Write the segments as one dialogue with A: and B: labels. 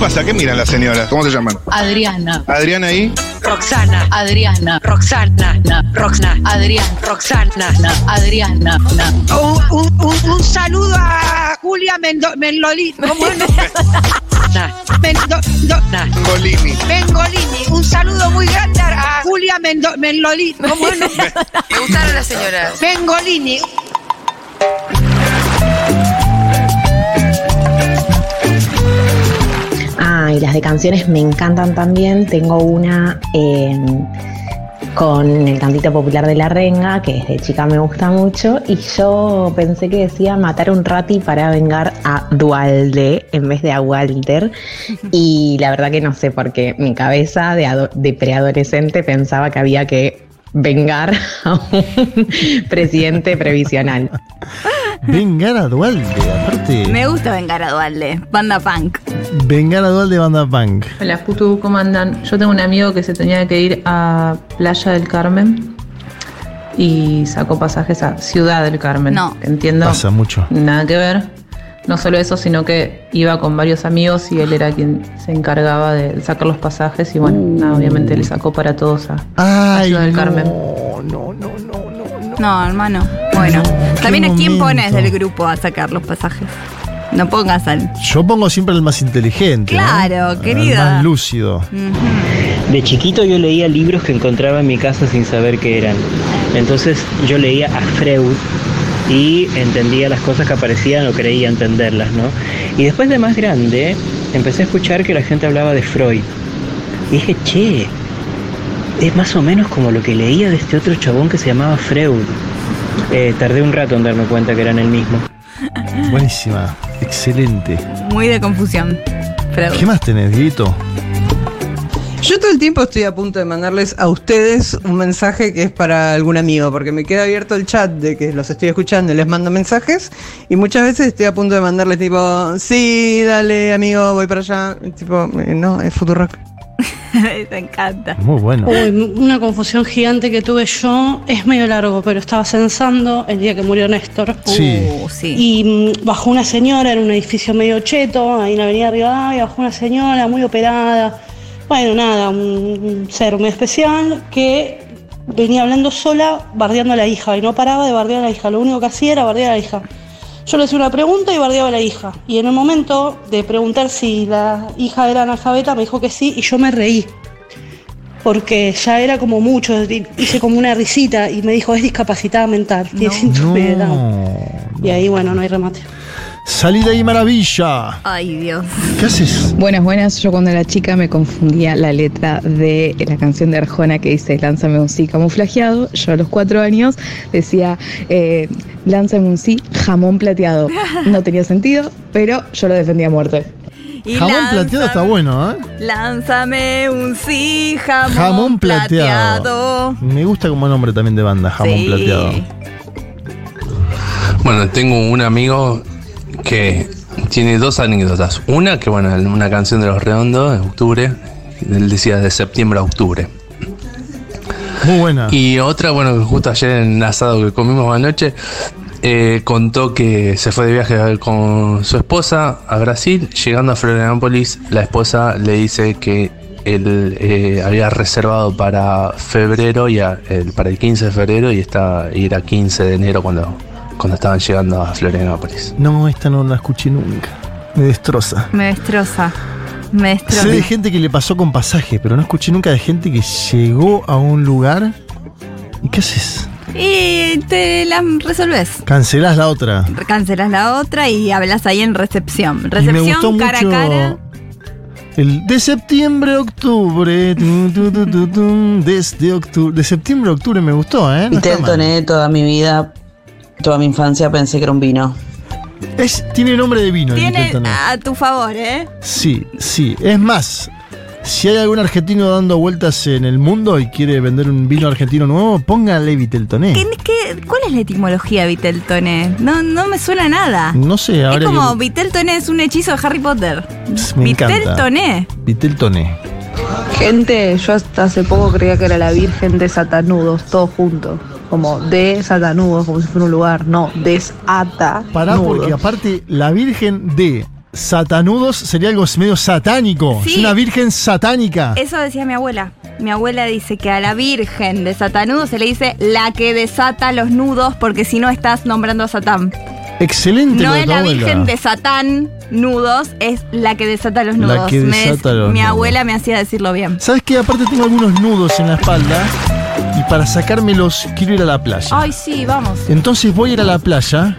A: pasa? ¿Qué miran las señoras? ¿Cómo se llaman?
B: Adriana,
A: Adriana ahí.
C: Roxana,
B: Adriana,
C: Roxana, na, Roxana,
B: Adriana,
C: Roxana. na.
B: Adriana, na.
C: Un, un- un- un saludo a Julia Mendo Menloli- ¿cómo es? Na, Mendo- do- na,
A: Golini.
C: Mengolini. Un saludo muy grande a Julia Mendo Menloli- ¿cómo es?
D: Me gustaron las señoras.
C: Mengolini.
E: Ah, y las de canciones me encantan también. Tengo una eh, con el cantito popular de la renga, que desde chica me gusta mucho. Y yo pensé que decía matar a un rati para vengar a Dualde en vez de a Walter. Y la verdad que no sé, porque mi cabeza de, ado- de preadolescente pensaba que había que vengar a un presidente previsional.
F: Vengar a Dualde, aparte.
G: Me gusta vengar a Dualde, banda punk.
F: Vengar a Dualde Banda Punk.
H: Hola Putu, ¿cómo andan? Yo tengo un amigo que se tenía que ir a Playa del Carmen y sacó pasajes a Ciudad del Carmen.
G: No.
H: Entiendo.
F: Pasa mucho.
H: Nada que ver. No solo eso, sino que iba con varios amigos y él era quien se encargaba de sacar los pasajes y bueno, nada, obviamente le sacó para todos a...
F: Ay,
H: Ciudad del Carmen.
F: no, no, no, no, no.
G: No, hermano. Bueno,
F: No,
G: también
F: qué
G: a quién pones
F: momento.
G: del grupo a sacar los pasajes. No pongas al.
F: Yo pongo siempre el más inteligente. ¿no?
G: Claro,
F: Al
G: querida.
F: Más lúcido.
I: De chiquito yo leía libros que encontraba en mi casa sin saber qué eran. Entonces yo leía a Freud y entendía las cosas que aparecían o creía entenderlas, ¿no? Y después de más grande empecé a escuchar que la gente hablaba de Freud. Y dije, che, es más o menos como lo que leía de este otro chabón que se llamaba Freud. Eh, tardé un rato en darme cuenta que eran el mismo.
F: Buenísima. Excelente.
G: Muy de confusión. Pero
F: ¿Qué más tenés, Dieguito?
J: Yo todo el tiempo estoy a punto de mandarles a ustedes un mensaje que es para algún amigo, porque me queda abierto el chat de que los estoy escuchando y les mando mensajes, y muchas veces estoy a punto de mandarles tipo, sí, dale amigo, voy para allá, tipo, eh, no, es Futurock.
G: me encanta.
F: Muy bueno.
K: Uy, Eh, una confusión gigante que tuve yo, es medio largo, pero estaba censando el día que murió Néstor.
F: Sí.
G: Uh, sí.
K: Y mm, bajó una señora en un edificio medio cheto, ahí en la avenida Rivadavia, bajó una señora muy operada. Bueno, nada, un un ser muy especial que venía hablando sola, bardeando a la hija, y no paraba de bardear a la hija, lo único que hacía era bardear a la hija. Yo le hacía una pregunta y bardeaba a la hija. Y en el momento de preguntar si la hija era analfabeta, me dijo que sí, y yo me reí. Porque ya era como mucho, di- hice como una risita y me dijo, es discapacitada mental, tiene
F: No.
K: síndrome de Down". Y ahí, bueno, no hay remate.
F: Salí de ahí, maravilla.
G: Ay, Dios.
F: ¿Qué haces?
B: Buenas, buenas. Yo cuando era chica me confundía la letra de la canción de Arjona que dice Lánzame un sí camuflajeado. Yo a los cuatro años decía eh, Lánzame un sí jamón plateado. No tenía sentido, pero yo lo defendía a muerte.
G: Y
F: Jamón
G: lánzame-
F: plateado está bueno, ¿eh?
G: Lánzame un sí, jamón,
F: Jamón plateado.
G: plateado.
F: Me gusta como nombre también de banda, jamón
G: Sí.
F: plateado.
I: Bueno, tengo un amigo que tiene dos anécdotas. Una, que bueno, una canción de Los Redondos, de octubre. Él decía de septiembre a octubre.
F: Muy buena.
I: Y otra, bueno, que justo ayer en el asado que comimos anoche, eh, contó que se fue de viaje con su esposa a Brasil. Llegando a Florianópolis, la esposa le dice que él eh, había reservado para febrero, y a- el- para el 15 de febrero, y, está, y era 15 de enero cuando, cuando estaban llegando a Florianópolis.
F: No, esta no la escuché nunca. Me destroza.
G: Me destroza. Me destroza.
F: Sé de gente que le pasó con pasajes, pero no escuché nunca de gente que llegó a un lugar. ¿Y qué haces?
G: Y te la resolves.
F: Cancelás la otra.
G: Cancelas la otra y hablas ahí en recepción.
F: Y me
G: Recepción
F: gustó
G: cara
F: mucho
G: a cara.
F: El de septiembre a octubre. tu, tu, tu, tu, tu, desde octubre. De septiembre a octubre me gustó, ¿eh? No está mal.
J: toda mi vida, toda mi infancia pensé que era un vino.
F: Es, tiene nombre de vino. el
G: Tiene Ah.
F: Viteltoné.
G: a tu favor, ¿eh?
F: Sí, sí. Es más, si hay algún argentino dando vueltas en el mundo y quiere vender un vino argentino nuevo, póngale Viteltoné.
G: ¿Qué- qué- cuál es la etimología de Viteltoné? No, no me suena a nada.
F: No sé,
G: es
F: ahora
G: como Viteltoné es un hechizo de Harry Potter.
F: Me encanta.
G: Viteltoné.
F: Viteltoné.
B: Gente, yo hasta hace poco creía que era la Virgen de Satanudos, todos juntos. Como de Satanudos, como si fuera un lugar. No, desata.
F: Pará, porque aparte la Virgen de Satanudos sería algo medio satánico.
G: Sí.
F: Es una virgen satánica.
G: Eso decía mi abuela. Mi abuela dice que a la Virgen de Satanudos se le dice la que desata los nudos porque si no estás nombrando a Satán.
F: Excelente.
G: No
F: lo de
G: es
F: tu
G: la
F: abuela.
G: Virgen de Satán nudos, es la que desata los
F: La
G: nudos.
F: que
G: Me des-
F: desata los
G: mi
F: nudos.
G: abuela me hacía decirlo bien.
F: ¿Sabes qué? Aparte tengo algunos nudos en la espalda y para sacármelos quiero ir a la playa.
G: Ay, sí, vamos.
F: Entonces voy a ir a la playa.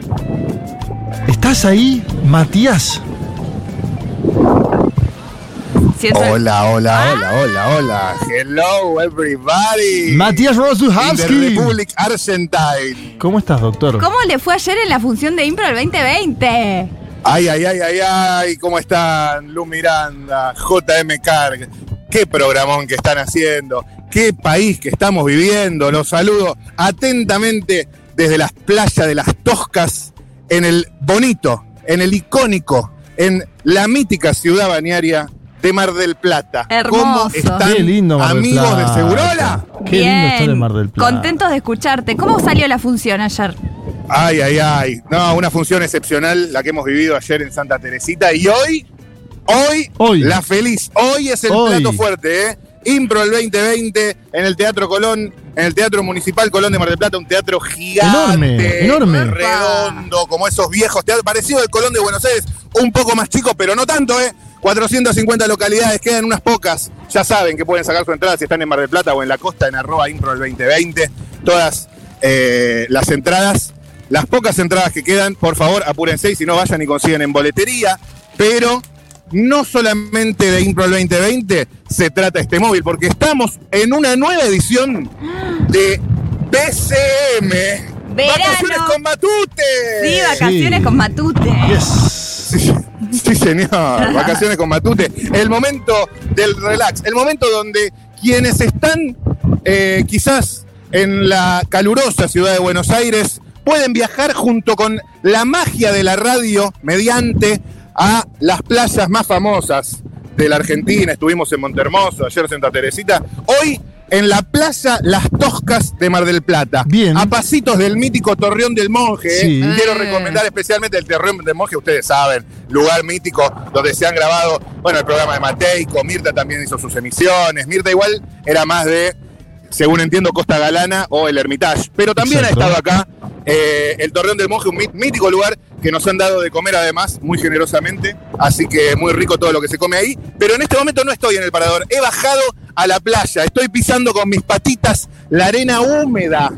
F: ¿Estás ahí, Matías?
G: Siento-
L: Hola, hola, hola, hola, hola. Hello, everybody.
F: Matías
L: De
F: Rosuhavsky.
L: Republic Argentine.
F: ¿Cómo estás, doctor?
G: ¿Cómo le fue ayer en la función de Impro del 2020?
L: Ay, ay, ay, ay, ay. ¿Cómo están? Lu Miranda, JM Carg. Qué programón que están haciendo. Qué país que estamos viviendo. Los saludo atentamente desde las playas de las Toscas, en el bonito, en el icónico, en la mítica ciudad balnearia de Mar del Plata. ¿Cómo
G: Hermoso.
L: están
F: Qué lindo Mar del
L: amigos de
F: Plata.
L: Segurola?
F: Qué lindo estar en Mar del Plata.
G: Contentos de escucharte. ¿Cómo salió la función ayer?
L: Ay, ay, ay. No, una función excepcional la que hemos vivido ayer en Santa Teresita y hoy, hoy,
F: Hoy.
L: la feliz. Hoy es el
F: Hoy.
L: plato fuerte, ¿eh? Impro el 2020 en el Teatro Colón, en el Teatro Municipal Colón de Mar del Plata, un teatro gigante.
F: Enorme, enorme.
L: Redondo, como esos viejos teatros, parecido al Colón de Buenos Aires, un poco más chico, pero no tanto, ¿eh? 450 localidades, quedan unas pocas. Ya saben que pueden sacar su entrada si están en Mar del Plata o en la costa en arroba impro el 2020. Todas eh, las entradas, las pocas entradas que quedan, por favor, apúrense y si no vayan y consiguen en boletería. Pero no solamente de Impro el 2020 se trata este móvil, porque estamos en una nueva edición de BCM.
G: Verano.
L: ¡Vacaciones con Matute!
G: Sí, vacaciones
L: Sí.
G: con Matute.
L: Sí, sí, señor. Vacaciones con Matute. El momento del relax. El momento donde quienes están eh, quizás en la calurosa ciudad de Buenos Aires pueden viajar junto con la magia de la radio mediante a las playas más famosas de la Argentina. Estuvimos en Montermoso, ayer Santa Teresita. Hoy en la playa Las Toscas de Mar del Plata. Bien. A pasitos del mítico Torreón del Monje. ¿eh?
F: Sí.
L: Quiero
F: Eh.
L: recomendar especialmente el Torreón del Monje, ustedes saben, lugar mítico donde se han grabado, bueno, el programa de Mateico, Mirta también hizo sus emisiones. Mirta igual era más de, según entiendo, Costa Galana o el Hermitage. Pero también
F: Exacto.
L: ha estado acá eh, el Torreón del Monje, un mí- mítico lugar que nos han dado de comer además, muy generosamente. Así que muy rico todo lo que se come ahí. Pero en este momento no estoy en el parador. He bajado a la playa. Estoy pisando con mis patitas la arena húmeda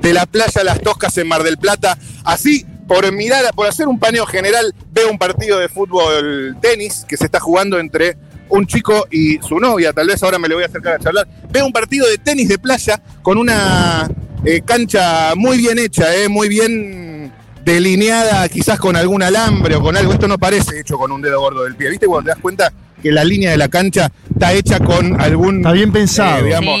L: de la playa Las Toscas en Mar del Plata. Así, por mirar, por hacer un paneo general, veo un partido de fútbol tenis que se está jugando entre un chico y su novia. Tal vez ahora me le voy a acercar a charlar. Veo un partido de tenis de playa con una eh, cancha muy bien hecha, eh, muy bien delineada, quizás con algún alambre o con algo. Esto no parece hecho con un dedo gordo del pie. ¿Viste? Cuando te das cuenta que la línea de la cancha está hecha con algún. Está bien
F: pensado.
L: Eh, digamos,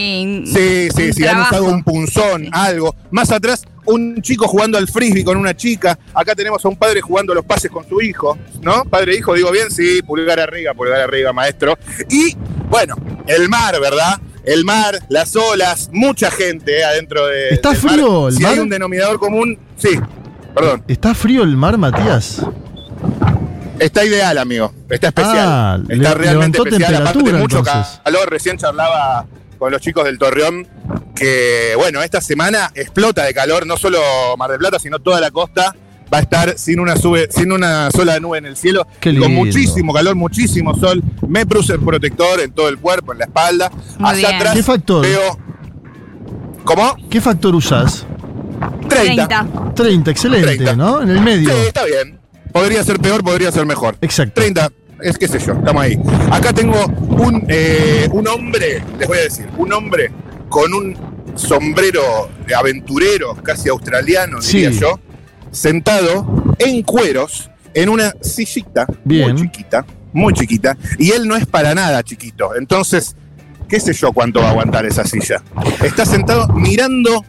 G: Sí,
L: sí, sí,
G: un
L: sí, han usado
G: trabajo.
L: un punzón, algo. Más atrás, un chico jugando al frisbee con una chica. Acá tenemos a un padre jugando los pases con su hijo, ¿no? Padre e hijo, digo bien, sí, pulgar arriba, pulgar arriba, maestro. Y, bueno, el mar, ¿verdad? El mar, las olas, mucha gente eh, adentro de.
F: ¿Está
L: del
F: frío el
L: Si hay
F: mar?
L: un denominador común, sí, perdón.
F: ¿Está frío el mar, Matías?
L: Está ideal, amigo. Está especial.
F: Ah,
L: está
F: le-
L: realmente
F: levantó
L: especial. Aparte,
F: temperatura,
L: mucho
F: entonces.
L: calor. Recién charlaba con los chicos del Torreón que, bueno, esta semana explota de calor. No solo Mar del Plata, sino toda la costa va a estar sin una, sube, sin una sola nube en el cielo.
F: Qué
L: Con
F: lindo.
L: muchísimo calor, muchísimo sol. Me puse el protector en todo el cuerpo, en la espalda.
G: Muy
L: Allá
G: bien.
L: atrás
F: ¿Qué factor?
L: veo... ¿Cómo?
F: ¿Qué factor usás?
L: 30.
F: 30, excelente,
L: 30.
F: ¿no? En el medio.
L: Sí, está bien. Podría ser peor, podría ser mejor.
F: Exacto.
L: 30, es qué sé yo, estamos ahí. Acá tengo un, eh, un hombre, les voy a decir, un hombre con un sombrero de aventurero, casi australiano, diría
F: Sí.
L: yo, sentado en cueros en una sillita
F: Bien.
L: muy chiquita, muy chiquita, y él no es para nada chiquito. Entonces, qué sé yo cuánto va a aguantar esa silla. Está sentado mirando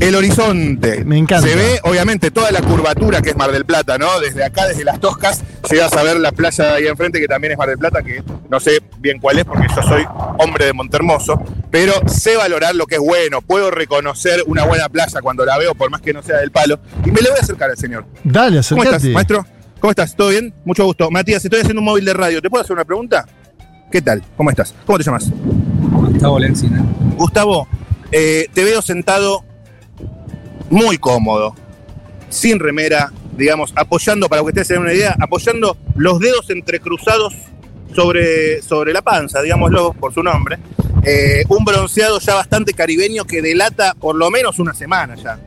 L: el horizonte.
F: Me encanta.
L: Se ve, obviamente, toda la curvatura que es Mar del Plata, ¿no? Desde acá, desde las Toscas, llegas a ver la playa de ahí enfrente, que también es Mar del Plata, que no sé bien cuál es, porque yo soy hombre de Montermoso, pero sé valorar lo que es bueno, puedo reconocer una buena playa cuando la veo, por más que no sea del palo, y me le voy a acercar al señor.
F: Dale,
L: ¿Cómo estás,
F: acercate.
L: maestro? ¿Cómo estás? ¿Todo bien? Mucho gusto. Matías, estoy haciendo un móvil de radio. ¿Te puedo hacer una pregunta? ¿Qué tal? ¿Cómo estás? ¿Cómo te llamas?
M: Gustavo Lencina.
L: Gustavo, eh, te veo sentado muy cómodo, sin remera, digamos, apoyando, para que ustedes se den una idea, apoyando los dedos entrecruzados sobre, sobre la panza, digámoslo por su nombre. Eh, un bronceado ya bastante caribeño que delata por lo menos una semana ya.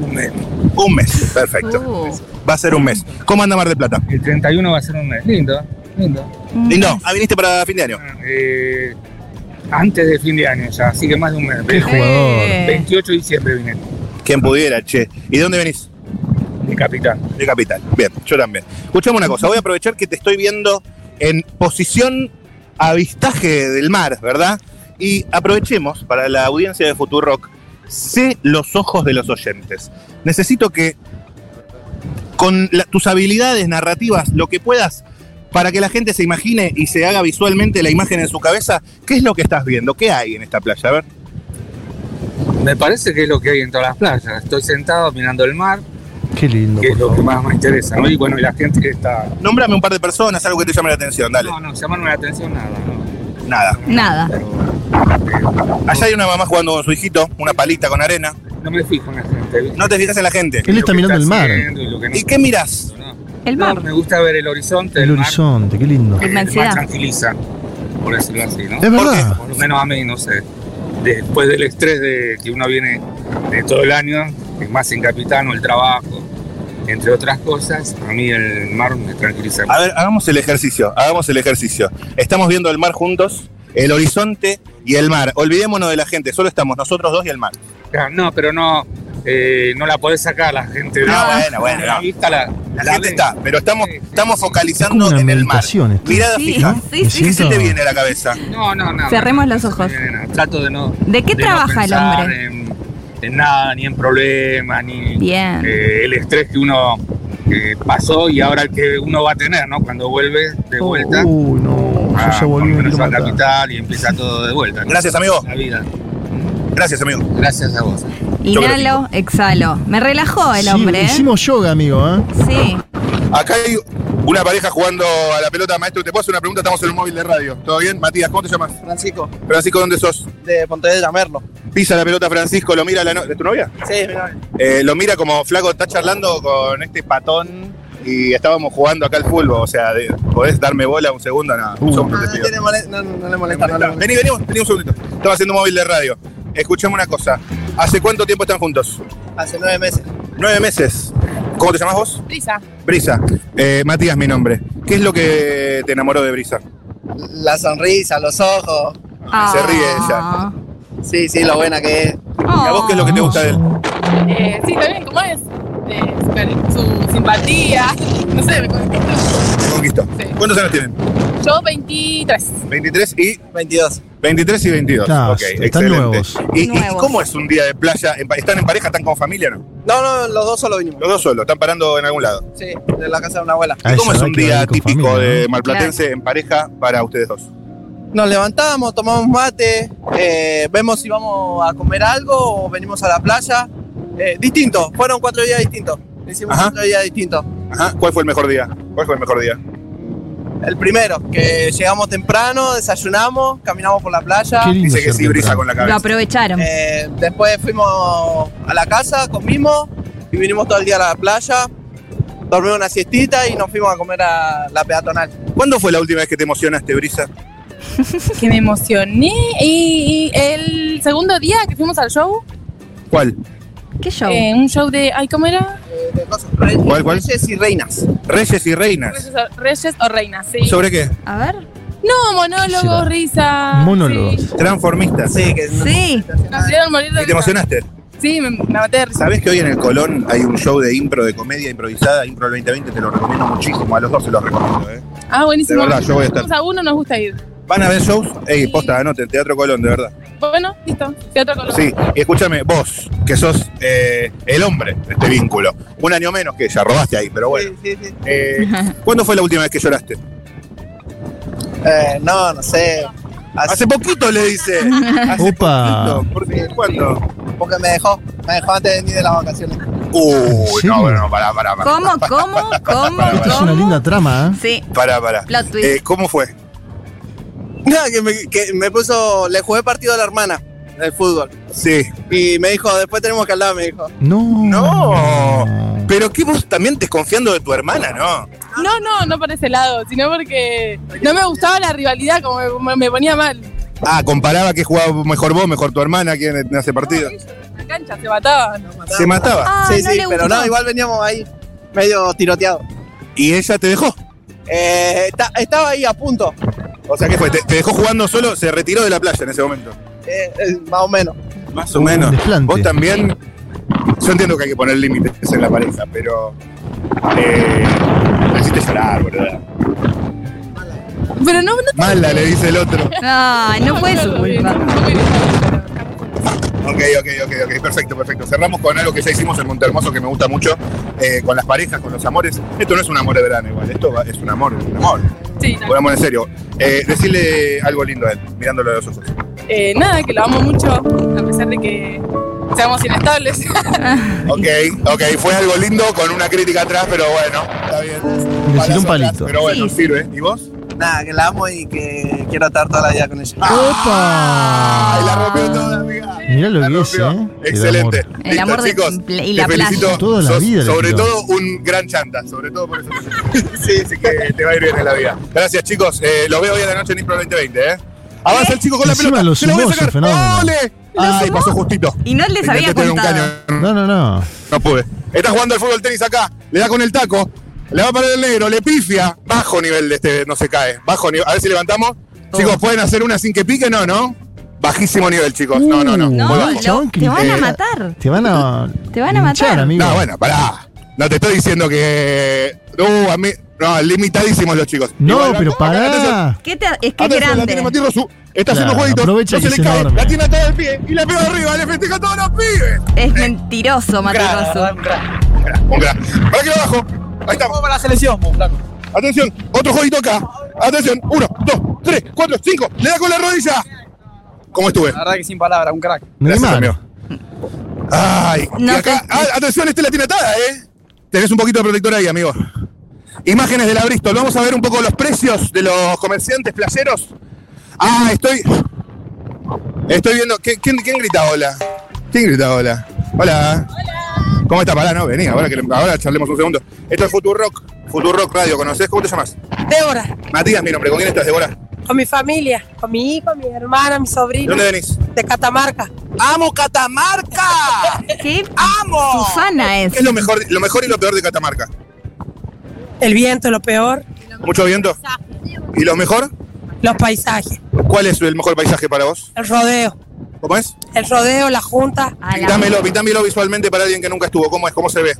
L: Un mes. Un mes, perfecto.
G: Uh.
L: Va a ser un mes. ¿Cómo anda Mar del Plata?
M: El 31 va a ser un mes. Lindo, lindo.
L: Lindo. Ah, viniste para fin de año.
M: Eh, antes de fin de año ya, así que más de un mes. Qué
F: jugador.
G: eh.
M: 28 de diciembre vine.
L: Quien pudiera, che. ¿Y de dónde venís?
M: De capital.
L: De capital. Bien, yo también. Escuchame una cosa, voy a aprovechar que te estoy viendo en posición avistaje del mar, ¿verdad? Y aprovechemos para la audiencia de Futurock, sé los ojos de los oyentes. Necesito que con la- tus habilidades narrativas, lo que puedas, para que la gente se imagine y se haga visualmente la imagen en su cabeza, ¿qué es lo que estás viendo? ¿Qué hay en esta playa? A ver.
M: Me parece que es lo que hay en todas las playas. Estoy sentado mirando el mar,
F: Qué lindo.
M: que es lo que más me interesa, ¿no? Y bueno, y la gente que está.
L: Nómbrame un par de personas, algo que te llame la atención, dale.
M: No, no, llamarme la atención nada, ¿no?
L: Nada.
G: Nada.
L: Allá hay una mamá jugando con su hijito, una palita con arena.
M: No me fijo en la gente. ¿viste?
L: No te fijas en la gente.
F: Él está mirando el mar.
M: haciendo y lo que no.
L: ¿Y qué mirás?
G: El
M: mar. me gusta ver el horizonte.
F: El
M: El, mar,
F: horizonte, qué lindo.
M: que me
G: Inmensidad.
M: tranquiliza, por decirlo así, ¿no?
F: Es verdad.
M: Por lo menos a mí, no sé. Después del estrés de que uno viene de todo el año, es más en Capitano, el trabajo, entre otras cosas, a mí el mar me tranquiliza.
L: A ver, hagamos el ejercicio, hagamos el ejercicio. Estamos viendo el mar juntos, el horizonte y el mar. Olvidémonos de la gente, solo estamos nosotros dos y el mar.
M: Claro, No, pero no, eh, no la podés sacar la gente.
N: Ah,
L: No, bueno, bueno,
M: La
L: no.
M: vista la,
L: La, gente está, pero estamos, estamos
F: Como
L: focalizando
F: una
L: en el mar.
F: meditación esto.
L: Mirada
G: Sí,
L: fija.
G: sí,
F: Me
G: sí.
L: ¿Qué se
F: siento-
L: te viene a la cabeza?
M: No, no, no.
G: Cerremos los ojos.
M: Nena, Trato de no.
G: ¿De qué
M: de no
G: trabaja el
M: pensar
G: hombre?
M: En, en nada, ni en problemas, ni
G: Bien.
M: eh, el estrés que uno eh, pasó y ahora el que uno va a tener, ¿no? Cuando vuelve
G: Uh,
M: de vuelta.
F: Uy, no.
M: a-
F: Yo ya volví me
M: cuando uno
F: quiero
M: se va a
F: matar.
M: capital y empieza todo de vuelta. ¿no?
L: Gracias, amigo.
M: La vida.
L: Gracias, amigo.
M: Gracias a vos.
G: Inhalo, exhalo. Me relajó el
F: Sí,
G: hombre. ¿eh?
F: Hicimos yoga, amigo, ¿eh?
G: Sí.
L: Acá hay una pareja jugando a la pelota, maestro. Te puedo hacer una pregunta, estamos en un móvil de radio. ¿Todo bien? Matías, ¿cómo te llamas?
N: Francisco,
L: Francisco, ¿dónde sos?
N: de Pontevedra, Merlo.
L: Pisa la pelota Francisco, lo mira la no- ¿Es tu novia?
N: Sí, mira.
L: Eh, lo mira como flaco, está charlando con este patón y estábamos jugando acá al fútbol. O sea, de- ¿podés darme bola un segundo? No, un
M: Ah,
L: segundo
N: No,
L: te
N: Ah, no,
L: pido.
N: tiene mole- no, no, no le molesta. no le molesta.
L: Vení, vení, un- vení un segundito. Estaba haciendo un móvil de radio. Escuchame una cosa. ¿Hace cuánto tiempo están juntos?
N: Hace nueve meses.
L: Nueve meses. ¿Cómo te llamas vos?
N: Prisa.
L: Brisa. Eh, Matías, mi nombre. ¿Qué es lo que te enamoró de Brisa?
N: La sonrisa, los ojos.
L: Se ríe
G: Ah.
N: Sí, sí, lo buena que es.
L: ¿Y a vos qué es lo
F: Ah.
L: que te gusta de él?
O: Eh, sí, también, ¿cómo es? Eh, su cari- su simpatía. No sé, me conquistó.
L: Te conquistó. ¿Cuántos años tienen?
O: Yo 23.
L: 23 y
N: 22.
L: 23 y 22.
F: Claro,
L: Ok,
F: están
L: excelente.
F: nuevos.
L: ¿Y, y
G: Nuevos.
L: cómo es un día de playa? ¿En pa- ¿Están en pareja? ¿Están como familia? No?
N: No, no, los dos solo vinimos.
L: Los dos solos, están parando en algún lado.
N: Sí, de la casa de una abuela.
F: A
L: ¿Y cómo
F: esa
L: es
F: edad
L: un
F: que va
L: día
F: bien con
L: típico
F: familia,
L: de
F: ¿no?
L: malplatense en pareja para ustedes dos?
N: Nos levantamos, tomamos mate, eh, vemos si vamos a comer algo o venimos a la playa. Eh, distinto, fueron cuatro días distintos. Hicimos
L: Ajá.
N: cuatro días distintos.
L: Ajá. ¿Cuál fue el mejor día? ¿Cuál fue el mejor día?
N: El primero, que llegamos temprano, desayunamos, caminamos por la playa.
F: Qué lindo
L: Dice que
F: ser
L: sí, brisa
F: temprano.
L: con la
G: Lo
L: cabeza.
G: aprovecharon.
N: Eh, después fuimos a la casa, comimos y vinimos todo el día a la playa. Dormimos una siestita y nos fuimos a comer a la peatonal.
L: ¿Cuándo fue la última vez que te emocionaste, Brisa?
O: Que me emocioné. Y, y el segundo día que fuimos al show,
L: ¿Cuál?
G: ¿Qué show?
O: eh, un show de. Ay, ¿Cómo era?
N: Eh, de cosas, rey-
L: ¿Cuál, cuál?
N: Reyes y reinas.
L: Reyes y reinas.
O: Reyes o, Reyes o Reinas, sí.
L: ¿Sobre qué?
G: A ver.
O: No,
F: ¿Qué será?
O: monólogos, risa.
G: Ah,
F: Monólogos.
O: Sí.
L: Transformistas.
N: Sí, que
G: Sí.
O: Nos hicieron morir
L: ¿Y
O: de
L: te
O: risa.
L: emocionaste?
O: Sí, me, me maté de risa.
L: ¿Sabés que hoy en el Colón hay un show de impro, de comedia improvisada, Impro el 2020? Te lo recomiendo muchísimo. A los dos se los recomiendo, ¿eh?
O: Ah, buenísimo.
L: De verdad, yo voy a estar.
O: Vamos a uno, nos gusta ir.
L: ¿Van a ver shows? Ey, posta, anoten, Teatro Colón, de verdad.
O: Bueno, listo. Teatro Colón.
L: Sí, y escúchame, vos, que sos eh, el hombre de este vínculo. Un año menos que ella, robaste ahí, pero bueno.
N: Sí, sí, sí.
L: Eh, ¿Cuándo fue la última vez que lloraste?
N: Eh, no, no sé. Hace,
L: Hace poquito le dice. Hace
F: Opa.
L: poquito. ¿Por qué? ¿Cuándo?
N: porque me dejó. Me dejó antes de venir de las vacaciones.
L: Uy, no, bueno, no, pará, pará. pará.
G: ¿Cómo, cómo, cómo,
F: Esta es una
G: cómo?
F: linda trama, ¿eh?
G: Sí.
L: Pará, pará.
G: Plot twist.
L: Eh, ¿Cómo fue?
N: Nada, que me, que me puso, le jugué partido a la hermana del fútbol.
L: Sí.
N: Y me dijo, después tenemos que hablar, me dijo.
F: No.
L: No. Pero que vos también desconfiando de tu hermana, ¿no?
O: No, no, no por ese lado, sino porque no me gustaba la rivalidad, como me- me, me ponía mal.
L: Ah, comparaba que jugaba mejor vos, mejor tu hermana, quién hace partido.
O: En la cancha se mataban.
L: Se mataba.
G: Ah,
N: sí, sí, pero no, igual veníamos ahí medio tiroteados.
L: Y ella te dejó.
N: Eh, esta- estaba ahí a punto,
L: O sea, ¿qué fue? ¿Te, te dejó jugando solo? ¿Se retiró de la playa en ese momento?
N: eh, eh, más o menos.
L: Más o menos. Vos también. Yo entiendo que hay que poner límites en la pareja, pero. Eh, me hiciste llorar, ¿verdad?
O: Pero no, no
L: Mala, le dice el otro.
G: No, no fue su culpa.
L: Ok, ok, ok, ok, perfecto, perfecto. Cerramos con algo que ya hicimos en Montehermoso que me gusta mucho, eh, con las parejas, con los amores. Esto no es un amor de verano igual, esto va- es un amor, un amor.
O: Sí,
L: Un amor en serio. Eh, decirle algo lindo a él, mirándolo a los ojos.
O: eh, nada, que lo amo mucho, a pesar de que seamos inestables.
L: Ok, ok, fue algo lindo con una crítica atrás, pero bueno, está bien.
F: Necesito un
L: Palazo atrás,
F: palito.
L: Pero bueno, sirve. ¿Y vos?
N: Nada, que la amo y que quiero estar toda la vida con ella.
F: ¡Opa!
L: Ay, la rompió toda, amiga.
F: Mirá lo que es, ¿eh?
L: Excelente.
F: amor.
G: El amor de
L: chicos,
G: pl- y
L: te
G: la
L: felicito.
G: playa.
F: Toda la
L: Sos,
F: vida le
L: sobre
F: tiró.
L: todo un gran chanta, sobre todo por eso. sí, así que te va a ir bien en la vida. Gracias, chicos. Eh, los veo hoy a la noche en Impro 2020, ¿eh? Avanza el chico con la
F: Encima
L: pelota.
F: lo
L: Se la voy a
F: sumó,
L: sacar.
F: es un fenómeno.
L: ¡Ole! Ay, pasó justito.
G: Y no les había
L: Intenté pegar un
G: contado.
L: caño,
F: No, no, no.
L: No pude. Está jugando al fútbol tenis acá. Le da con el taco. Le va a parar el negro. Le pifia. Bajo nivel de este. No se cae. Bajo nivel. A ver si levantamos. Chicos, ¿pueden hacer una sin que pique? No, ¿no? Bajísimo nivel, chicos. No, no, no.
F: Uh,
L: Muy bajo.
F: el chabón
G: lo- te van a
F: critica.
G: matar.
F: Te van a.
G: Te van a matar.
F: hinchar, amigo.
L: No, bueno, pará. No te estoy diciendo que. Uh, a mí. No, limitadísimos los chicos.
F: No,
L: Igual,
F: pero
L: acá-
F: pará.
L: acá-
G: ¿Qué te, es que es
L: Atención, la tiene
G: grande.
L: Matías Rosu. Está haciendo
F: Claro,
L: jueguitos.
F: aprovecha
L: No
F: que
L: se
F: es
L: le cae.
F: enorme.
L: La tiene atrás del pie. Y la pega arriba. Le festeja a todos los pibes.
G: Es mentiroso, Maticoso.
L: Un gran. ¿Para qué lo bajo? Ahí estamos.
N: para la selección,
L: Atención, otro jueguito acá. Atención, uno, dos, tres, cuatro, cinco. Le da con la rodilla. ¿Cómo estuve?
N: La verdad que sin palabras, un crack.
L: Gracias,
F: Neymar.
L: amigo. Ay, y
G: No
L: acá- ah, atención, este la tiene atada, ¿eh? Tenés un poquito de protector ahí, amigo. Imágenes de la Bristol. Vamos a ver un poco los precios de los comerciantes playeros. Ah, estoy. Estoy viendo. ¿Qui- ¿Quién, quién grita hola? ¿Quién grita hola? Hola. ¿Cómo está? Pará, no, vení, ahora, que, ahora charlemos un segundo. Esto es Futurock, Futurock Radio, ¿conoces? ¿Cómo te llamas?
P: Débora,
L: Matías, mi nombre, ¿con quién estás, Débora?
P: con mi familia, con mi hijo, mi hermana, mi sobrino.
L: ¿Dónde venís?
P: De Catamarca.
N: ¡Amo Catamarca!
G: ¿Qué
N: ¡Amo!
G: Susana es?
L: ¿Qué es lo mejor, lo mejor y lo peor de Catamarca?
P: El viento es lo peor,
L: ¿Mucho viento? ¿Y lo mejor?
P: los paisajes,
L: ¿Cuál es el mejor paisaje para vos?
P: el rodeo.
L: ¿Cómo es?
P: El rodeo, la junta.
L: Dámelo, pintámelo visualmente para alguien que nunca estuvo. ¿Cómo es? ¿Cómo se ve?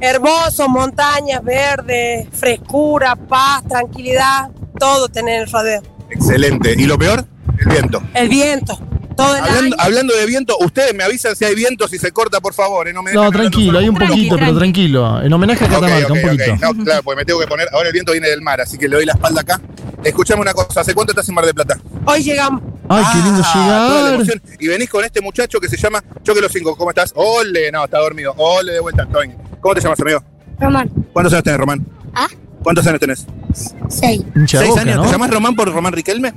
P: Hermoso, montañas verdes, frescura, paz, tranquilidad. Todo tener el rodeo.
L: Excelente. ¿Y lo peor? El viento.
P: El viento, todo el
L: Hablando,
P: año.
L: hablando de viento, ustedes me avisan si hay viento, si se corta, por favor. ¿eh? No, me dejan
F: No,
L: hablando
F: tranquilo,
L: solo.
F: hay un
G: Tranqui,
F: poquito, pero tranquilo. En homenaje a
L: Ok,
F: Catamarca,
L: ok,
F: un
L: ok.
F: poquito.
L: No, claro, porque me tengo que poner. Ahora el viento viene del mar, así que le doy la espalda acá. Escuchame una cosa. ¿Hace cuánto estás en Mar del Plata?
P: Hoy llegamos.
F: Ay, qué lindo
L: Ah, toda la
F: llegar.
L: emoción. Y venís con este muchacho que se llama Choque los Cinco. ¿Cómo estás? Ole, no, está dormido. Ole, de vuelta, Toñi. ¿Cómo te llamas, amigo?
Q: Román,
L: ¿Cuántos años tenés, Román?
Q: ¿Ah?
L: ¿Cuántos años tenés?
Q: seis.
F: Hincha de
L: ¿Seis
F: Boca,
L: años?
F: ¿no?
L: ¿Te llamás Román por Román Riquelme?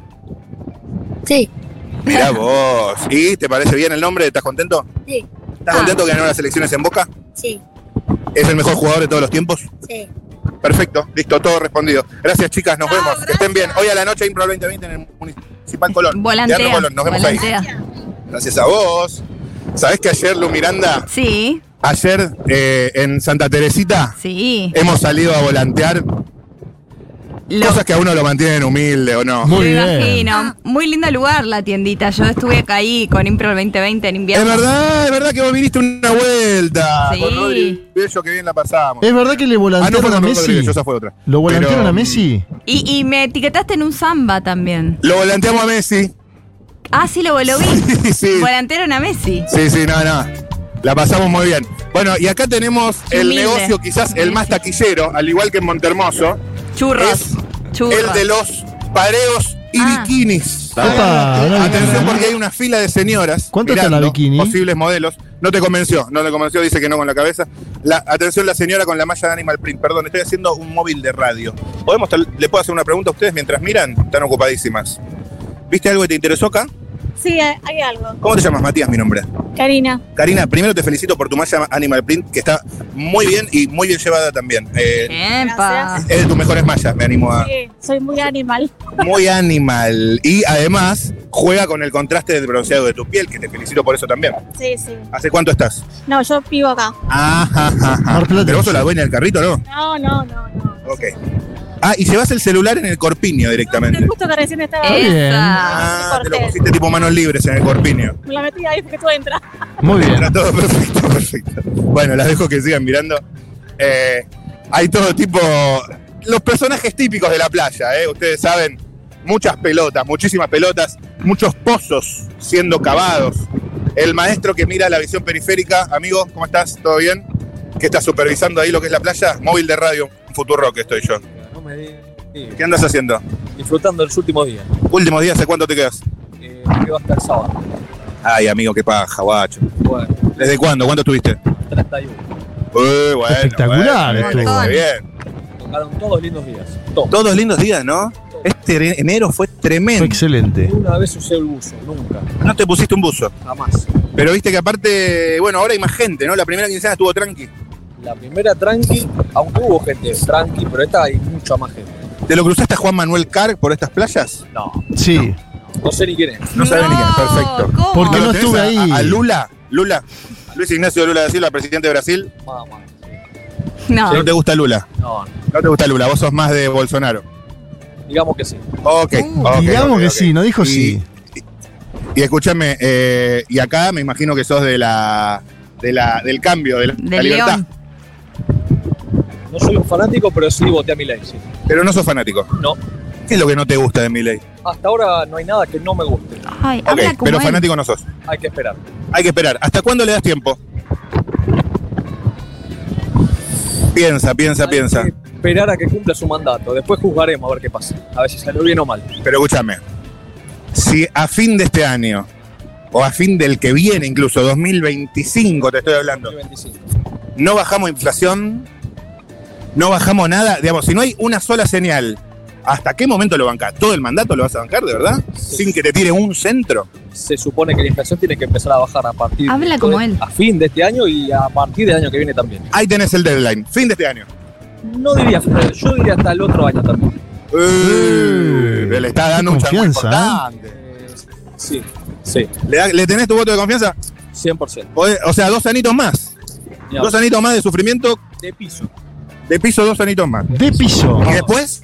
Q: Sí,
L: Mirá vos. ¿Y te parece bien el nombre? ¿Estás contento?
Q: sí,
L: ¿Estás contento que ganó las elecciones en Boca?
Q: sí,
L: ¿Es el mejor jugador de todos los tiempos?
Q: sí.
L: Perfecto, listo, todo respondido. Gracias, chicas, nos vemos. Que estén bien. Hoy a la noche Impro 2020 en el Municipal Colón. Teatro
G: Volantea.
L: Colón, nos vemos ahí.
G: volantea.
L: Gracias a vos. ¿Sabés que ayer, Lu Miranda,
G: Sí,
L: ayer eh, en Santa Teresita
G: sí.
L: hemos salido a volantear?
G: Lo-
L: Cosas que a uno lo mantienen humilde o no.
F: Muy
G: Me
F: bien.
G: imagino. Muy lindo lugar la tiendita. Yo estuve acá ahí con Impro 2020 en
L: Es
G: invierno.
L: verdad, es verdad que vos viniste una vuelta
G: Sí.
L: con Rodri Bello, que bien la pasamos.
F: ¿Es verdad que le
L: Ah, no fue
F: volantearon a
L: con Rodri
F: Messi?
L: Bello, esa fue otra.
F: ¿Lo volantearon
L: Pero,
F: a Messi?
G: Y, y me etiquetaste en un samba también.
L: Lo volanteamos a Messi.
G: Ah, sí, lo, lo vi.
L: Sí, sí.
G: Volantearon a Messi.
L: Sí, sí, no, no. La pasamos muy bien. Bueno, y acá tenemos el
G: Humilde.
L: negocio quizás el más taquillero, al igual que en Montermoso,
G: Churros. Churros.
L: el de los pareos y
G: Ah.
L: bikinis. Ah,
F: Opa, una
L: Atención
F: bikini.
L: porque hay una fila de señoras
F: ¿Cuánto está la
L: mirando
F: bikini?
L: posibles modelos. No te convenció, no te convenció, dice que no con la cabeza. La, atención, la señora con la malla de Animal Print. Perdón, estoy haciendo un móvil de radio. ¿Podemos, tal- ¿Le puedo hacer una pregunta a ustedes mientras miran? Están ocupadísimas. ¿Viste algo que te interesó acá?
R: Sí, hay, hay algo.
L: ¿Cómo te llamas, Matías, mi nombre?
R: Karina.
L: Karina, primero te felicito por tu malla Animal Print, que está muy bien y muy bien llevada también. Eh,
G: Epa.
L: es de tus mejores mallas, me animo a...
R: Sí, soy muy animal.
L: Muy animal. Y además juega con el contraste del bronceado de tu piel, que te felicito por eso también.
R: Sí, sí.
L: ¿Hace cuánto estás?
R: No, yo vivo acá.
L: Ajá, Pero vos sos la dueña del carrito, ¿no?
R: No, no, no. no.
L: Ok. Ah, y llevas el celular en el corpiño directamente.
R: Justo que recién estaba.
L: Ah, bien.
R: Ah,
L: Te lo pusiste tipo manos libres en el corpiño.
R: Me la metí ahí porque tú entras.
L: Muy bien. todo perfecto, perfecto. Bueno, las dejo que sigan mirando. Eh, hay todo tipo. Los personajes típicos de la playa, ¿eh? Ustedes saben, muchas pelotas, muchísimas pelotas, muchos pozos siendo cavados. El maestro que mira la visión periférica, amigo, ¿cómo estás? ¿Todo bien? ¿Qué estás supervisando ahí lo que es la playa? Móvil de radio, Futuro que estoy yo. ¿Qué andas haciendo?
S: Disfrutando de los últimos días. Eh,
L: Últimos días, ¿hace cuánto te quedas?
S: Me quedo hasta el sábado.
L: Ay, amigo, qué paja, guacho.
S: Bueno,
L: ¿Desde cuándo? ¿Cuánto estuviste?
S: 31.
L: Eh, bueno,
F: Espectacular
L: bueno,
F: estuvo.
L: muy bien.
S: Tocaron todos lindos días.
L: Todos lindos días, ¿no? Este re- enero fue tremendo.
F: excelente.
S: Una vez usé el buzo, nunca,
L: No te pusiste un buzo.
S: jamás.
L: Pero viste que aparte, bueno, ahora hay más gente, ¿no? La primera quincena estuvo tranqui.
S: La primera tranqui, aunque hubo gente tranqui, pero esta hay mucha más gente.
L: ¿Te lo cruzaste a Juan Manuel Carg por estas playas?
S: No.
F: Sí.
S: No sé ni quién es.
L: No sabes ni quién, perfecto.
S: ¿cómo? Porque
L: ¿Lo
S: no
L: tenés
S: estuve
L: a-
S: ahí.
L: A, a Lula, Lula, Luis Ignacio Lula da Silva, presidente de Brasil.
F: Ah.
G: No.
L: ¿No te gusta Lula?
S: No,
L: No te gusta Lula, vos sos más de Bolsonaro.
S: digamos que sí.
L: Ok, ok,
F: Digamos
L: ok,
F: que
L: ok.
F: sí, no dijo
L: Y-
F: sí.
L: Y escúchame, eh, y acá me imagino que sos de la, de la del cambio, de la, la libertad.
S: No soy un fanático, pero sí voté a mi ley.
L: Pero no sos fanático.
S: No.
L: ¿Qué es lo que no te gusta de Milei?
S: Hasta ahora no hay nada que no me guste.
G: Ay,
L: Ok, pero fanático no sos.
S: Hay que esperar.
L: Hay que esperar. ¿Hasta cuándo le das tiempo? Piensa, piensa, piensa.
S: Esperar a que cumpla su mandato. Después juzgaremos a ver qué pasa. A ver si salió bien o mal.
L: Pero escúchame, si a fin de este año, o a fin del que viene incluso, 2025 te estoy hablando, no bajamos inflación, no bajamos nada, digamos, si no hay una sola señal, ¿hasta qué momento lo bancás? ¿Todo el mandato lo vas a bancar, de verdad? Sin que te tire un centro.
S: Se supone que la inflación tiene que empezar a bajar a partir
G: Habla
S: de-
G: como él.
S: a fin de este año y a partir del año que viene también.
L: Ahí tenés el deadline, fin de este año.
S: No diría, yo diría hasta el otro año también.
L: Eh, le está dando un changüí
S: confianza,
F: ¿eh?
L: importante.
S: Eh, Sí, sí.
L: ¿Le, da- le tenés tu voto de confianza?
S: 100%.
L: O, o sea, dos anitos más.
S: Ni
L: Dos
S: hablar.
L: anitos más de sufrimiento.
S: De piso.
L: De piso, dos anitos más.
F: De piso.
L: ¿Y después?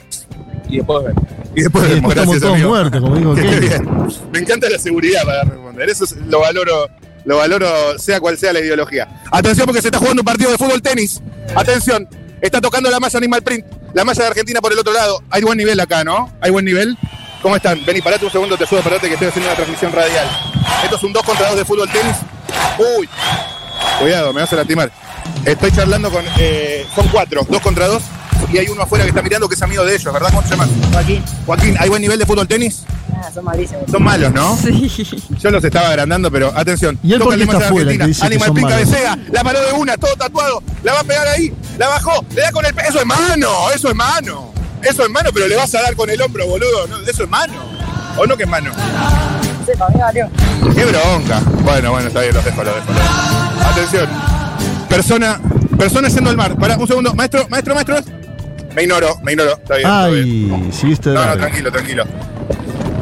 S: Y después ven.
L: Y después vemos,
F: estamos
L: gracias,
F: todos
L: amigo.
F: muertos, como dijo
L: Qué
F: Kenny.
L: bien. Me encanta la seguridad para responder. Eso es- lo valoro, lo valoro, sea cual sea la ideología. Atención porque se está jugando un partido de fútbol tenis. Atención, está tocando la malla Animal Print, la malla de Argentina por el otro lado. Hay buen nivel acá, ¿no? Hay buen nivel. ¿Cómo están? Vení, parate un segundo, te ayudo, parate que estoy haciendo una transmisión radial. Esto es un 2 contra 2 de fútbol tenis. Uy, Cuidado, me vas a lastimar. Estoy charlando con. eh, son cuatro, dos contra dos. Y hay uno afuera que está mirando que es amigo de ellos, ¿verdad? ¿Cómo se llama? Joaquín. Joaquín, ¿hay buen nivel de fútbol tenis?
P: Ah, son malísimos.
L: Son malos, ¿no? Sí. Yo los estaba agrandando, pero atención.
F: ¿Y él por qué
L: Toca el
F: está
L: Lima
F: afuera,
L: Argentina.
F: que dice que
L: Animal
F: son
L: Print
F: malos?
L: cabecea, la paró de una, todo tatuado. La va a pegar ahí, la bajó, le da con el. pe- Eso es mano, eso es mano. Eso es mano, pero le vas a dar con el hombro, boludo. ¿no? Eso es mano. ¿O no que es mano?
P: Sí, para mí valió.
L: Qué bronca. Bueno, bueno, está bien, los dejo, los dejo. los dejo. Atención. Persona, persona yendo al mar. Pará, un segundo. Maestro, maestro, maestro. Me ignoro, me ignoro. Está bien.
F: Ay, seguiste de
L: No, no,
F: largo.
L: tranquilo, tranquilo.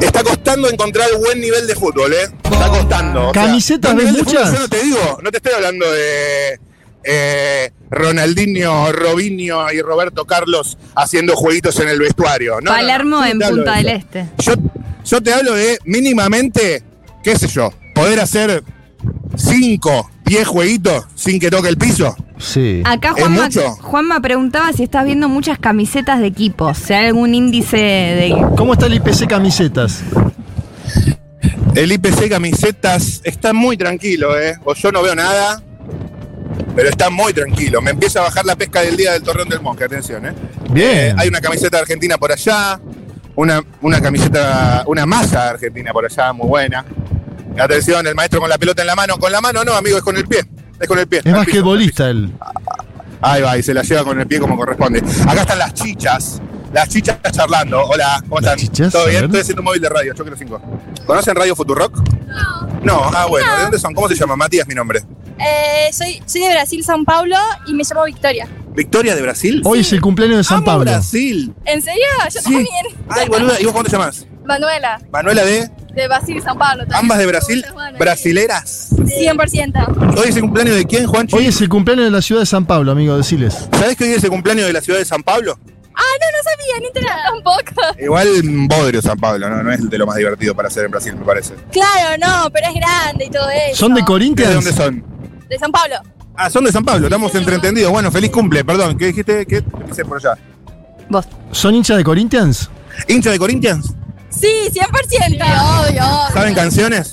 L: Está costando encontrar buen nivel de fútbol, ¿eh? Está costando. o sea,
F: ¿Camisetas
L: buen
F: ves
L: nivel de fútbol,
F: muchas?
L: Yo no te digo, no te estoy hablando de eh, Ronaldinho, Robinho y Roberto Carlos haciendo jueguitos en el vestuario. No, no, no.
G: Palermo
L: Yo no
G: en
L: te hablo
G: Punta
L: de
G: del
L: eso.
G: Este.
L: Yo, yo te hablo de mínimamente, qué sé yo, poder hacer 5, 10 jueguitos sin que toque el piso.
F: Sí.
G: Acá
L: ¿Es
G: Juanma,
L: mucho?
G: Juanma preguntaba si estás viendo muchas camisetas de equipos, si hay algún índice
L: Ah,
G: de...
F: ¿Cómo está el IPC camisetas?
L: El IPC camisetas está muy tranquilo, ¿eh? O yo no veo nada, pero está muy tranquilo. Me empieza a bajar la pesca del día del Torreón del Monje, atención, ¿eh?
F: Bien.
L: Hay una camiseta argentina por allá, una, una camiseta, una masa argentina por allá, muy buena. Atención, el maestro con la pelota en la mano. Con la mano no, amigo, es con el pie. Es con el pie.
F: Es
L: Al piso.
F: basquetbolista él.
L: Ahí va, y se la lleva con el pie como corresponde. Acá están las chichas. Las chichas charlando. Hola, ¿cómo están?
F: chichas?
L: ¿Todo
F: A
L: bien?
F: ver.
L: Estoy haciendo un móvil de radio, yo quiero cinco. ¿Conocen Radio Futurock? No. No, ah, bueno. ¿De dónde son? ¿Cómo se llama? Matías, mi nombre.
R: Eh, soy, soy de Brasil, San Paulo y me llamo Victoria.
L: ¿Victoria de Brasil?
F: Hoy es el cumpleaños de San Pablo.
L: Brasil.
R: ¿En serio? Yo también.
L: Ay, boluda, ¿y vos cómo te llamas?
R: Manuela,
L: Manuela de.
R: de Brasil, San Pablo. también.
L: Ambas de Brasil. Brasileras.
R: 100%.
L: Hoy es el cumpleaños de quién, Juancho?
F: Hoy es el cumpleaños de la ciudad de San Pablo, amigo, deciles.
L: ¿Sabés que hoy es el cumpleaños de la ciudad de San Pablo?
R: Ah, no, no sabía, ni enterada tampoco.
L: Igual mm, bodrio San Pablo, ¿no? No es de lo más divertido para hacer en Brasil, me parece.
R: Claro, no, pero es grande y todo eso.
F: ¿Son de
L: ¿De
F: Corinthians?
L: dónde son?
R: De San Pablo.
L: Ah, son de San Pablo, estamos entreentendidos. Bueno, feliz cumple, perdón. ¿Qué dijiste? ¿Qué te hice por allá?
F: ¿Son hinchas de Corinthians?
L: ¿Hincha de Corinthians?
R: Sí, 100%. obvio, obvio.
L: ¿Saben canciones?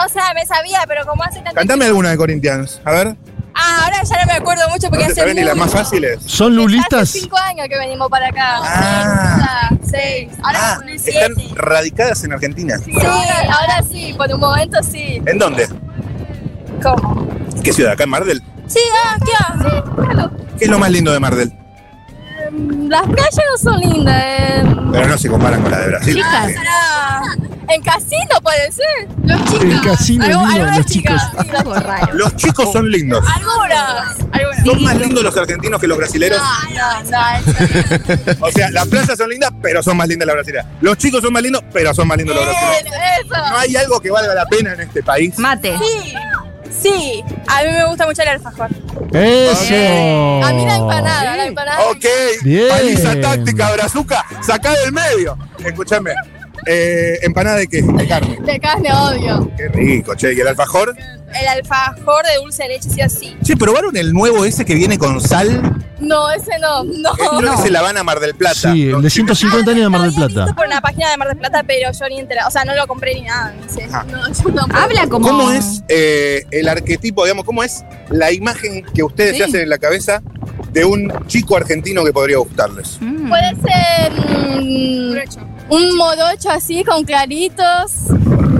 R: O sea, me sabía, pero como hace tanto
L: Cantame alguna de Corinthians, a ver.
R: Ah, ahora ya no me acuerdo mucho
L: ¿No
R: porque
L: te
R: hace
L: saben ni las más
R: mucho.
L: fáciles?
F: ¿Son
R: Hace
F: lulistas?
R: cinco años que venimos para acá.
L: Ah.
R: O sea, seis. Ahora
L: Ah,
R: cumplí
L: están
R: siete.
L: radicadas en Argentina.
R: Sí, ahora sí, por un momento sí.
L: ¿En dónde?
R: ¿Cómo?
L: ¿Qué ciudad? ¿Acá en Mar del?
R: Sí, ah, ¿qué? Sí, claro.
L: ¿Qué es lo más lindo de Mar del?
R: Em, Las playas no son lindas. em.
L: Pero no se comparan con la de Brasil.
R: Ah, será- En casino puede ser. Los chicos.
F: El casino
R: Algo-
F: lindo de
R: algunas
F: los
R: chicas. Sí, las-
L: Los chicos son lindos.
R: Algunas. Algunas.
L: Son más lindos los argentinos que los brasileros.
R: No, no, no, eso-
L: O sea, las playas son lindas, pero son más lindas las brasileras. Los chicos son más lindos, pero son más lindos los brasileños.
R: eso.
L: No hay algo que valga la pena en este país.
G: Mate.
R: Sí, sí. A mí me gusta mucho el alfajor.
F: ¡Eso!
R: A mí la empanada, la empanada.
L: Ok,
F: Bien.
L: paliza táctica, brazuca, sacá del medio. Escúchame, eh, empanada de qué? De carne.
R: De carne, obvio.
L: Qué rico, che, y el alfajor.
R: El alfajor de dulce de leche, sí así.
L: Che, ¿probaron el nuevo ese que viene con sal? Eh,
R: No, ese no,
M: Oh,
R: no.
L: Creo que se la van a Mar del Plata.
F: Sí, el de 150 años de Mar del Plata.
R: por una página de Mar del Plata, pero yo ni entera, o sea, no lo compré ni nada. No sé.
L: Ajá.
R: No, yo no puedo.
G: Habla como.
L: ¿Cómo es eh, el arquetipo, digamos, cómo es la imagen que ustedes se hacen en la cabeza de un chico argentino que podría gustarles?
R: Puede ser mm, un morocho así con claritos.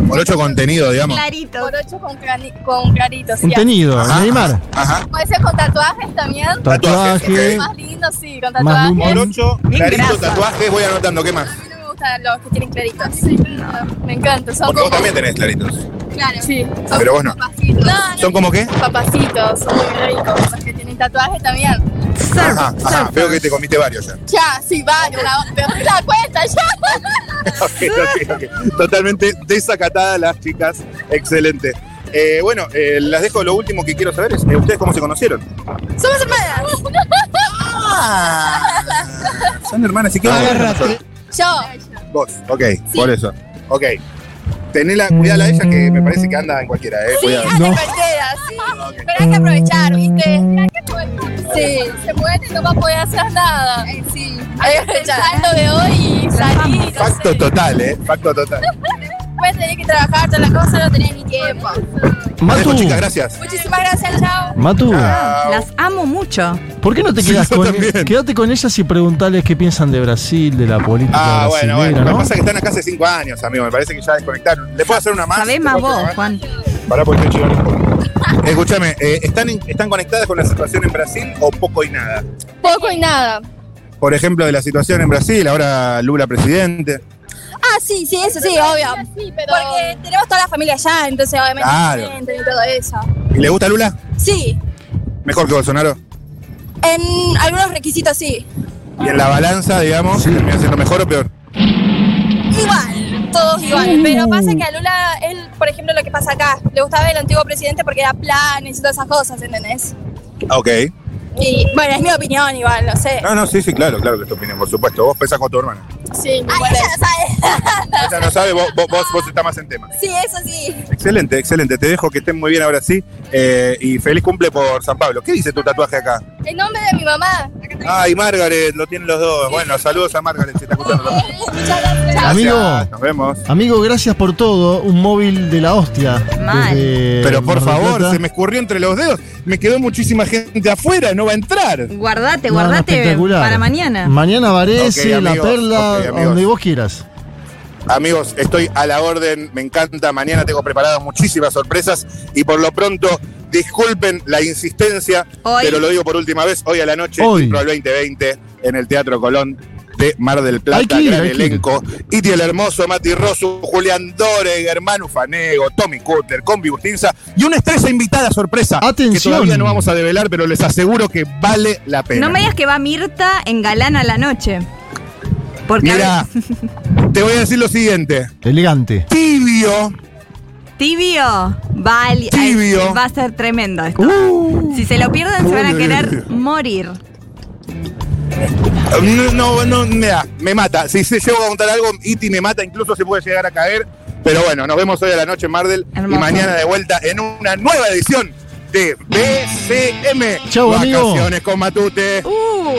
L: Morocho contenido, digamos.
R: Claritos. Morocho con, clani- con claritos. sí, así.
F: Contenido,
L: Ah.
F: Neymar.
L: Ajá.
R: Puede ser con tatuajes también.
F: Tatuaje.
R: Más lindo, sí, con
F: Más
R: tatuajes.
F: lumen.
L: Morocho,
F: Bien,
L: clarito,
F: gracias.
L: tatuajes, voy anotando, ¿qué más?
R: A mí no me gustan los que tienen claritos. No, Me encanta, son
L: Porque vos
R: como.
L: también tenés claritos.
R: Claro. Sí. son
L: Pero vos no.
R: papacitos. No, no,
L: ¿Son como qué?
R: Papacitos, son muy ricos. Los que tienen tatuajes también.
L: Ajá, ajá, veo que te comiste varios ya.
R: Ya, sí, vaya, la, perdí la cuenta, ya.
L: Ok, ok, ok. Totalmente desacatadas las chicas. Excelente. Eh, bueno, eh, las dejo. Lo último que quiero saber es: eh, ¿Ustedes cómo se conocieron?
R: Somos hermanas.
L: Son hermanas, ¿y qué onda?
R: Yo.
L: Vos, ok, por eso. Ok. Tenela, cuidala a ella que me parece que anda en cualquiera, eh.
R: Sí,
L: Cuidado.
R: anda cualquiera, sí. Pero hay que aprovechar, ¿viste? Hay que aprovechar. Mm. Sí, se muere y no va a poder hacer nada. Sí, hay que aprovechar. Saldo de hoy y salir. no sé.
L: Facto total, eh. Facto total.
R: Después tenés que trabajar, todas las cosas, no tenés ni tiempo.
L: Matu.
F: Matu,
L: Chicas, gracias. Ah.
R: Muchísimas gracias, chao.
F: Matu,
G: Las amo mucho.
F: ¿por qué no te
L: Sí,
F: quedas
L: yo
F: con
L: también.
F: Quédate con ellas y preguntales qué piensan de Brasil, de la política
L: Ah,
F: brasilera,
L: bueno, bueno. Lo que
F: ¿no?
L: pasa es que están acá hace cinco años, amigo. Me parece que ya desconectaron. ¿Le puedo hacer una más? ¿eh?
G: Sabés
L: ¿Le
G: más
L: puedo hacer
G: vos,
L: una más?
G: Juan.
L: Pará porque estoy chivando un poco. Escúchame, eh, ¿están, en- ¿están conectadas con la situación en Brasil o poco y nada?
R: Poco y nada.
L: Por ejemplo, de la situación en Brasil, ahora Lula presidente.
R: Ah, sí, sí, eso sí, obvio. Porque tenemos toda la familia allá, entonces obviamente
L: Claro.
R: sienten y todo eso.
L: ¿Y le gusta Lula?
R: Sí,
L: Mejor que Bolsonaro.
R: en algunos requisitos sí.
L: Y en la balanza, digamos, termina siendo mejor o peor.
R: Igual, todos iguales. Pero pasa que a Lula, él, por ejemplo, lo que pasa acá, le gustaba el antiguo presidente porque era planes y todas esas cosas, ¿entendés?
L: Ah, Ok.
R: Y bueno, es mi opinión igual, no sé.
L: No, no, sí, sí, claro, claro que es tu opinión, por supuesto. Vos pensás con tu hermana.
R: Sí, Ay, Ah, ella lo sabe.
L: Ella no sabe, vos, vos, vos, vos estás más en tema.
R: sí, eso sí.
L: Excelente, excelente. Te dejo que estén muy bien ahora sí. eh, y feliz cumple por San Pablo. ¿Qué dice tu tatuaje acá?
R: El nombre de mi mamá.
L: Ay, Margaret, lo tienen los dos. Bueno, saludos a Margaret, si está escuchando.
R: Muchas gracias.
L: Gracias, Nos vemos.
F: Amigo, gracias por todo. Un móvil de la hostia.
G: Mal.
F: desde
L: Pero
F: Mar
L: por
F: del
L: favor,
F: Plata.
L: se me escurrió entre los dedos. Me quedó muchísima gente afuera, no va a entrar.
G: Guardate,
F: No, no,
G: guardate
F: espectacular.
G: para mañana.
F: Mañana Varese,
L: Ok,
F: La
L: amigos,
F: Perla,
L: ok, amigos.
F: donde vos quieras.
L: Amigos, estoy a la orden, me encanta. Mañana tengo preparadas muchísimas sorpresas y por lo pronto, disculpen la insistencia,
G: Hoy.
L: pero lo digo por última vez, hoy a la noche,
F: Hoy.
L: Impro al 2020, en el Teatro Colón de Mar del Plata,
F: Hay que ir,
L: gran
F: hay que ir.
L: elenco. Iti el Hermoso, Mati Rosu, Julián Dore, Germán Fanego, Tommy Cutler, Combi Bustinza y una estrella invitada sorpresa que
F: Atención.
L: todavía no vamos a develar, pero les aseguro que vale la pena.
G: No me digas que va Mirta en galán a la noche. Porque a
L: Mira, te voy a decir lo siguiente.
F: Elegante.
L: Tibio.
G: Tibio, va, al- ay,
L: Tibio.
G: va a ser tremendo esto.
L: Uh.
G: si se lo pierden, se van a
L: Uy, uy,
G: querer morir.
L: No, Mm, no, no, mira, me mata. Si se llego a contar algo, Iti me mata, incluso se puede llegar a caer. Pero bueno, nos vemos hoy a la noche en Mardel
G: Hermoso.
L: y mañana de vuelta en una nueva edición de BCM.
F: Chau, amigo.
L: Vacaciones con Matute.
G: Uh.